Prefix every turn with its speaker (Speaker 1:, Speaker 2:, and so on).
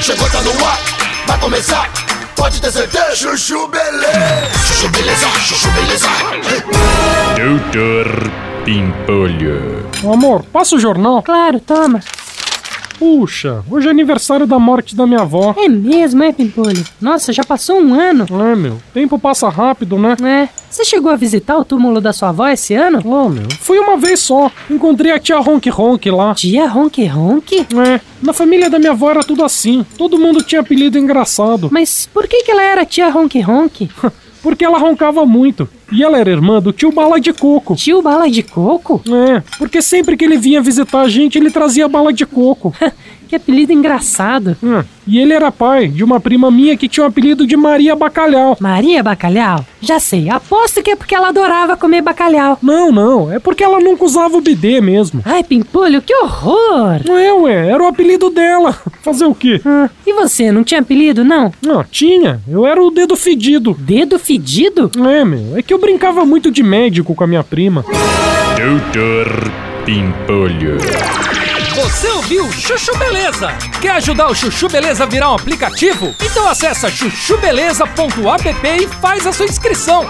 Speaker 1: Chegou, tá no ar, vai começar. Pode ter certeza. Chuchu beleza. Chuchu beleza, chuchu beleza.
Speaker 2: Doutor Pimpolho.
Speaker 3: Ô, amor, passa o jornal.
Speaker 4: Claro, toma.
Speaker 3: Puxa, hoje é aniversário da morte da minha avó.
Speaker 4: É mesmo, é, Pimpolho? Nossa, já passou um ano,
Speaker 3: É, meu, tempo passa rápido, né?
Speaker 4: né? Você chegou a visitar o túmulo da sua avó esse ano?
Speaker 3: Ô, meu, fui uma vez só. Encontrei a tia Ronk Ronk lá.
Speaker 4: Tia Ronque Ronque?
Speaker 3: É, na família da minha avó era tudo assim. Todo mundo tinha apelido engraçado.
Speaker 4: Mas por que que ela era tia Ronque Ronque?
Speaker 3: Porque ela roncava muito. E ela era irmã do tio Bala de Coco.
Speaker 4: Tio Bala de Coco?
Speaker 3: É, porque sempre que ele vinha visitar a gente, ele trazia bala de coco.
Speaker 4: Que apelido engraçado.
Speaker 3: Hum, E ele era pai de uma prima minha que tinha o apelido de Maria Bacalhau.
Speaker 4: Maria Bacalhau? Já sei, aposto que é porque ela adorava comer bacalhau.
Speaker 3: Não, não, é porque ela nunca usava o bidê mesmo.
Speaker 4: Ai, Pimpolho, que horror!
Speaker 3: Não é, ué, era o apelido dela. Fazer o quê?
Speaker 4: Ah, e você, não tinha apelido, não?
Speaker 3: Não, tinha, eu era o dedo fedido.
Speaker 4: Dedo fedido?
Speaker 3: É, meu, é que eu brincava muito de médico com a minha prima.
Speaker 2: Doutor Pimpolho.
Speaker 5: Você ouviu Chuchu Beleza? Quer ajudar o Chuchu Beleza a virar um aplicativo? Então acessa chuchubeleza.app e faz a sua inscrição.